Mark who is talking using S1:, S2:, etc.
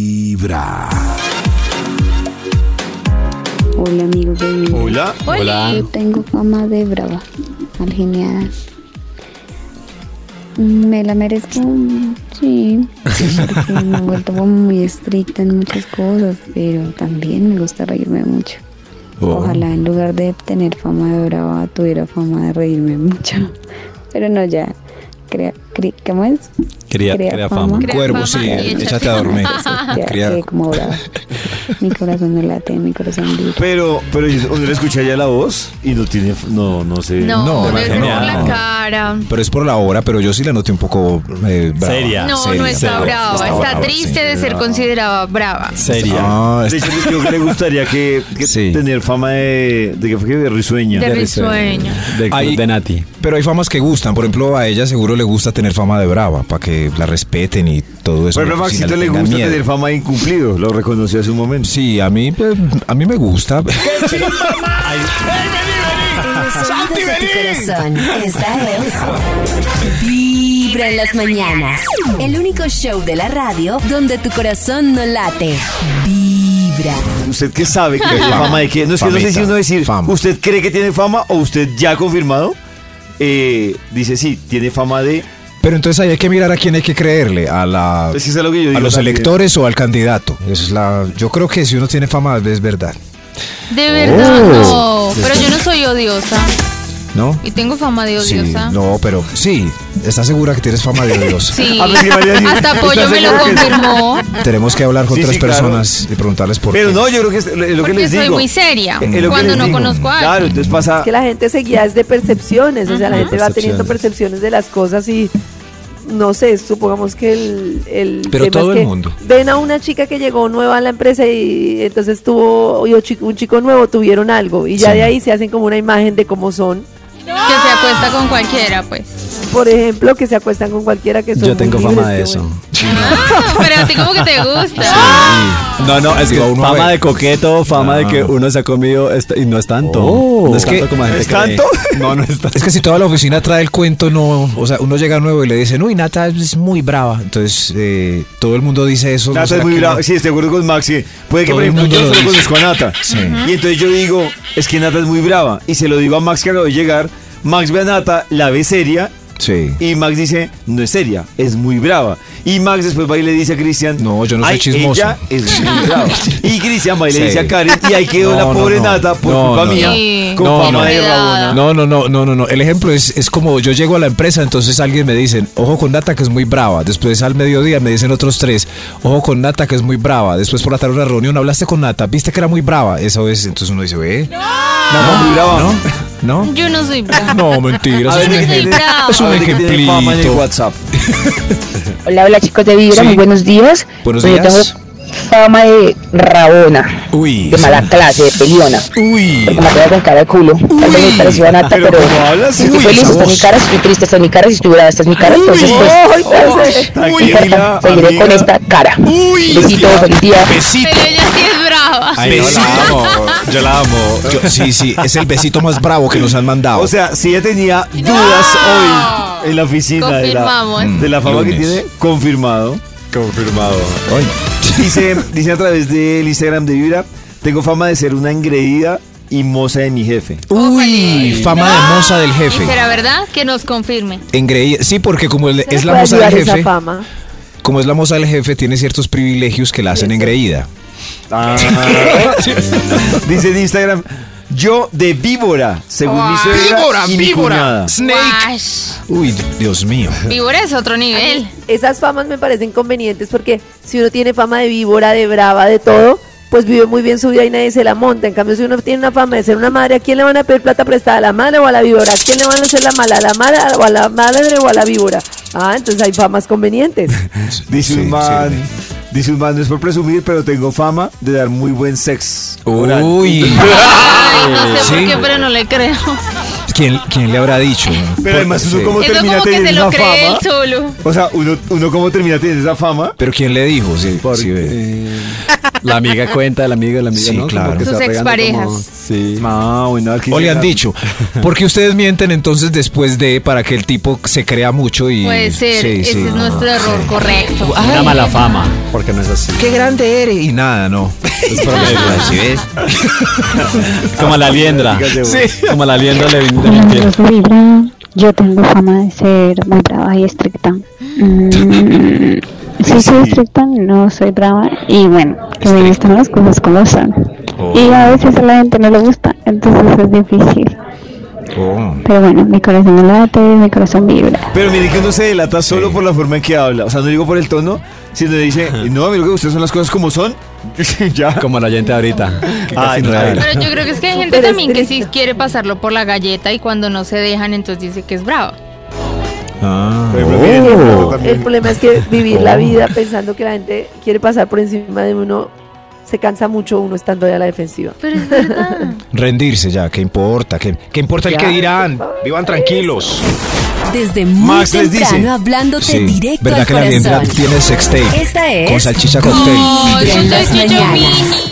S1: Vibra.
S2: Hola amigos de Vibra.
S3: Hola.
S2: Yo tengo fama de brava, al genial. Me la merezco, sí, porque me he vuelto como muy estricta en muchas cosas, pero también me gusta reírme mucho.
S1: Oh.
S2: Ojalá en lugar de tener fama de brava, tuviera fama de reírme mucho. Pero no, ya. Crea, cre- ¿Cómo es?
S3: Crea,
S2: Crea
S3: crea
S2: fama.
S3: fama.
S4: Crea
S5: Cuervo,
S4: fama
S5: sí,
S4: y échate
S5: echaste a dormir.
S2: Ya
S5: Criar.
S2: quedé como brava. Mi corazón no late, mi corazón vibra.
S3: Pero, pero uno le escucha ya la voz y no tiene, no, Eh, no sé.
S4: No,
S5: No,
S4: no, es por
S3: no.
S4: la cara.
S5: Pero es por la hora, pero yo sí la noté un poco eh, brava.
S3: Seria.
S4: No, no
S5: Seria,
S4: está
S3: seria.
S4: brava.
S5: Está
S4: Está,
S5: brava, sí.
S4: triste de ser considerada brava.
S3: Seria.
S5: Ah,
S3: De
S5: está-
S3: hecho, yo creo que le gustaría que, que
S5: Sí.
S3: tener fama de, de que fue que de risueña.
S4: De
S5: risueño.
S4: risueño.
S3: De,
S5: Ay.
S3: de Nati.
S5: Pero hay famas que gustan. Por ejemplo, a ella seguro le gusta tener fama de brava, para que la respeten y todo eso.
S3: Por ejemplo, a
S5: Si no
S3: Maxito le
S5: tengan
S3: gusta
S5: miedo.
S3: tener fama de incumplido, lo reconoció hace un momento.
S5: Sí, a mí, eh, a mí me gusta.
S6: Los sonidos de tu corazón. Esta es Vibra en las mañanas. El único show de la radio donde tu corazón no late. Vibra.
S3: ¿Usted qué sabe que tiene
S5: Fama.
S3: fama de qué? No, es que no sé
S5: Famita.
S3: si uno decir,
S5: Fama.
S3: ¿usted cree que tiene fama o usted ya ha confirmado? Eh, dice, sí, tiene fama de...
S5: Pero entonces ahí hay que mirar a quién hay que creerle, a la
S3: Pues Es que eso es lo que yo digo
S5: a los
S3: también.
S5: electores o al candidato. Esa es la, yo creo que si uno tiene fama es verdad,
S4: De verdad,
S3: Oh.
S4: no. Pero yo no soy odiosa.
S5: ¿no?
S4: Y tengo fama de
S5: Sí,
S4: odiosa.
S5: no, pero sí, ¿estás segura que tienes fama de odiosa?
S4: Sí.
S3: A ver, sí, María, sí.
S4: Hasta Pollo
S3: ¿Estás
S4: me lo
S3: segura que sí?
S4: confirmó.
S5: Tenemos que hablar con
S3: Sí,
S5: otras
S3: sí, claro.
S5: personas y preguntarles por
S3: Pero
S5: qué.
S3: no, yo creo que es lo- es lo que
S4: Porque
S3: les digo.
S4: soy muy seria
S3: Es lo que
S4: cuando
S3: les
S4: no
S3: digo.
S4: conozco a
S3: Claro,
S4: alguien.
S3: entonces pasa...
S7: Es que la gente se guía es de percepciones, o sea, la
S4: Ujú.
S7: gente va teniendo percepciones de las cosas y no sé, supongamos que el, el
S5: Pero
S7: tema
S5: todo
S7: es
S5: el
S7: que
S5: mundo.
S7: ven a una chica que llegó nueva a la empresa y entonces tuvo y un chico, un chico nuevo tuvieron algo y ya
S5: Sí.
S7: de ahí se hacen como una imagen de cómo son,
S4: Que se acuesta con cualquiera, pues.
S7: por ejemplo, que se acuestan con cualquiera que son
S8: Yo
S7: muy
S8: tengo fama de
S7: libres, que
S8: eso.
S7: bueno.
S4: Ah, pero a ti como que te gusta.
S8: No, no, es que
S5: Digo, uno a
S8: fama
S5: ver.
S8: de coqueto, fama de que
S5: Ah.
S8: uno se ha comido est- y no es tanto.
S5: Oh.
S8: No es
S5: Es que-
S8: tanto como la gente
S3: ¿es tanto?
S8: cree. No, no es tanto.
S5: Es que si toda la oficina trae el cuento, no, o sea, uno llega nuevo y le dicen, uy, Nata es muy brava. Entonces, eh, todo el mundo dice eso.
S3: Nata
S5: ¿será
S3: es muy
S5: que no?
S3: brava. Sí, estoy de acuerdo con Max. que puede que,
S5: Todo
S3: por
S5: el
S3: ejemplo,
S5: mundo
S3: yo
S5: lo
S3: solo
S5: dice.
S3: conozco a Nata.
S5: Sí.
S3: Y entonces yo digo, es que Nata es muy brava. Y se lo digo a Max que acabo de llegar. Max ve a Nata, la ve seria.
S5: Sí.
S3: Y Max dice, no es seria, es muy brava. Y Max después va y le dice a Cristian,
S5: No, yo no soy
S3: "Ay,
S5: chismoso".
S3: Ella es muy brava. Y Cristian va y le
S5: Sí.
S3: dice a Karen, y ahí quedó
S5: No,
S3: la
S5: no,
S3: pobre
S5: no.
S3: Nata por
S5: No,
S3: culpa
S5: no,
S3: mía,
S4: no.
S3: con
S5: No,
S3: fama
S5: no.
S3: de rabona.
S5: No, no, no, no, no, no. El ejemplo es, es como yo llego a la empresa, entonces alguien me dicen, ojo con Nata que es muy brava. Después al mediodía me dicen otros tres, ojo con Nata que es muy brava. Después por la tarde una reunión, hablaste con Nata, viste que era muy brava. Eso es, entonces uno dice, ¿eh?
S3: No, muy brava.
S5: ¿No? ¿No?
S4: Yo no soy brava.
S5: No, mentira.
S3: A
S5: eso es un
S3: ver, ¿de qué
S5: ejemplo.
S3: tiene-
S4: brava.
S5: es un
S3: a ver, ¿de qué tiene fama en el
S5: ejemplito.
S3: WhatsApp.
S9: Hola, hola chicos de Vibra,
S5: Sí.
S9: muy buenos días.
S5: Buenos
S9: Pues
S5: días.
S9: Yo tengo fama de rabona,
S5: Uy.
S9: de mala clase, de peliona.
S5: Uy.
S9: Porque me acuerdo con cara de culo. Tal vez me pareció a Nata,
S3: Pero
S9: pero.
S3: como hablas,
S9: estoy
S3: uy,
S9: feliz,
S3: esa
S9: está mi
S3: voz.
S9: cara, estoy triste, está mi cara, si estoy brava, está mi cara. Entonces, pues,
S7: ¡Ay, parce!
S9: no importa,
S3: Tranquila,
S9: seguiré con
S3: amiga.
S9: esta cara.
S5: Uy.
S9: Besito, feliz día.
S5: Besito.
S4: Pero ella sí es brava.
S3: Ah,
S5: Ay, no, la amo. Yo la amo. Yo- sí, sí, es el besito más bravo que nos han mandado.
S3: O sea, si ella tenía dudas hoy en la oficina de la,
S4: Confirmamos.
S3: de la fama
S5: Lunes.
S3: que tiene, confirmado.
S8: Confirmado.
S5: Ay.
S3: Dice, dice a través del Instagram de Vibra, tengo fama de ser una engreída y moza de mi jefe.
S5: Uy, fama de moza del
S4: ¿Y
S5: jefe.
S4: será verdad? Que nos confirme.
S5: Engreída. Sí, porque como el-
S7: Se
S5: es la
S7: le puede
S5: moza del
S7: ayudar esa
S5: jefe,
S7: fama.
S5: como es la moza del jefe, tiene ciertos privilegios que la hacen engreída.
S3: Ah. Dice en Instagram, yo de víbora, según mi suegra y mi cuñada.
S5: snake.
S4: Guash.
S5: Uy, Dios mío.
S4: Víbora es otro nivel.
S7: Esas famas me parecen convenientes porque si uno tiene fama de víbora, de brava, de todo, pues vive muy bien su vida y nadie se la monta. En cambio, si uno tiene una fama de ser una madre, ¿a quién le van a pedir plata prestada? ¿A la madre o a la víbora? ¿A quién le van a hacer la mala? ¿A la madre o a la madre o a la víbora? Ah, entonces hay famas convenientes.
S3: Dice
S5: Sí,
S3: un man,
S5: sirve.
S3: dice un man, no es por presumir, pero tengo fama de dar muy buen sex. oral".
S5: Uy.
S4: Ay, no sé por
S5: Sí.
S4: qué, pero no le creo.
S5: ¿Quién, quién le habrá dicho?
S3: Pero además uno
S5: Sí.
S3: como
S4: Eso
S3: termina
S4: como que se
S3: teniendo
S4: lo
S3: esa
S4: cree él
S3: fama.
S4: solo.
S3: O sea, uno, uno como termina teniendo esa fama.
S5: Pero ¿quién le dijo? Sí, sí, ve.
S8: Eh, la amiga cuenta, la amiga, la amiga.
S5: Sí,
S8: ¿no? Como
S5: claro.
S8: que se
S4: Sus
S8: va regando
S4: exparejas.
S8: como- sí.
S3: Ah, bueno, aquí
S5: O le han
S3: llega-
S5: dicho. Porque ustedes mienten entonces después de para que el tipo se crea mucho y.
S4: Puede ser,
S5: Sí,
S4: ese
S5: sí.
S4: es nuestro error correcto.
S8: Una mala fama, porque no es así.
S5: Qué grande eres. Y nada, no.
S8: Es promedio, ¿sí ves? Como la liendra. Sí. Como la liendra le le
S2: Hola,
S8: mintieron.
S2: yo soy Libra. Yo tengo fama de ser muy brava y estricta. Mm, sí, soy estricta, no soy brava. Y bueno, que me gustan las cosas como son. Y a veces a la gente no le gusta, entonces es difícil.
S5: Oh.
S2: Pero bueno, mi corazón no late, mi corazón vibra.
S3: Pero mire que uno se delata solo por la forma en que habla. O sea, no digo por el tono, sino dice, no, a mí lo que ustedes son las cosas como son. ya.
S8: Como la gente ahorita. que casi
S3: Ay,
S8: no
S3: no.
S8: habla.
S4: Pero yo creo que es que hay gente
S7: Súper
S4: también que sí quiere pasarlo por la galleta y cuando no se dejan, entonces dice que es brava.
S5: Ah.
S3: Por ejemplo, mire, yo
S8: Oh.
S3: creo también-
S7: El problema es que vivir la vida pensando que la gente quiere pasar por encima de uno, se cansa mucho uno estando ahí a la defensiva.
S4: Pero es verdad.
S5: Rendirse ya, ¿qué importa? ¿Qué, qué importa el
S7: Ya,
S5: que dirán?
S7: por favor,
S5: Vivan tranquilos.
S6: Desde muy
S3: Max les dice.
S6: temprano hablándote directo
S5: ¿Verdad
S6: al
S5: que la
S6: corazón.
S5: tiene sextape?
S6: Esta es
S5: Con salchicha cocktail.
S4: No,
S6: Vibra en
S4: eso
S6: las
S4: es yo
S6: mañanas.
S4: mini.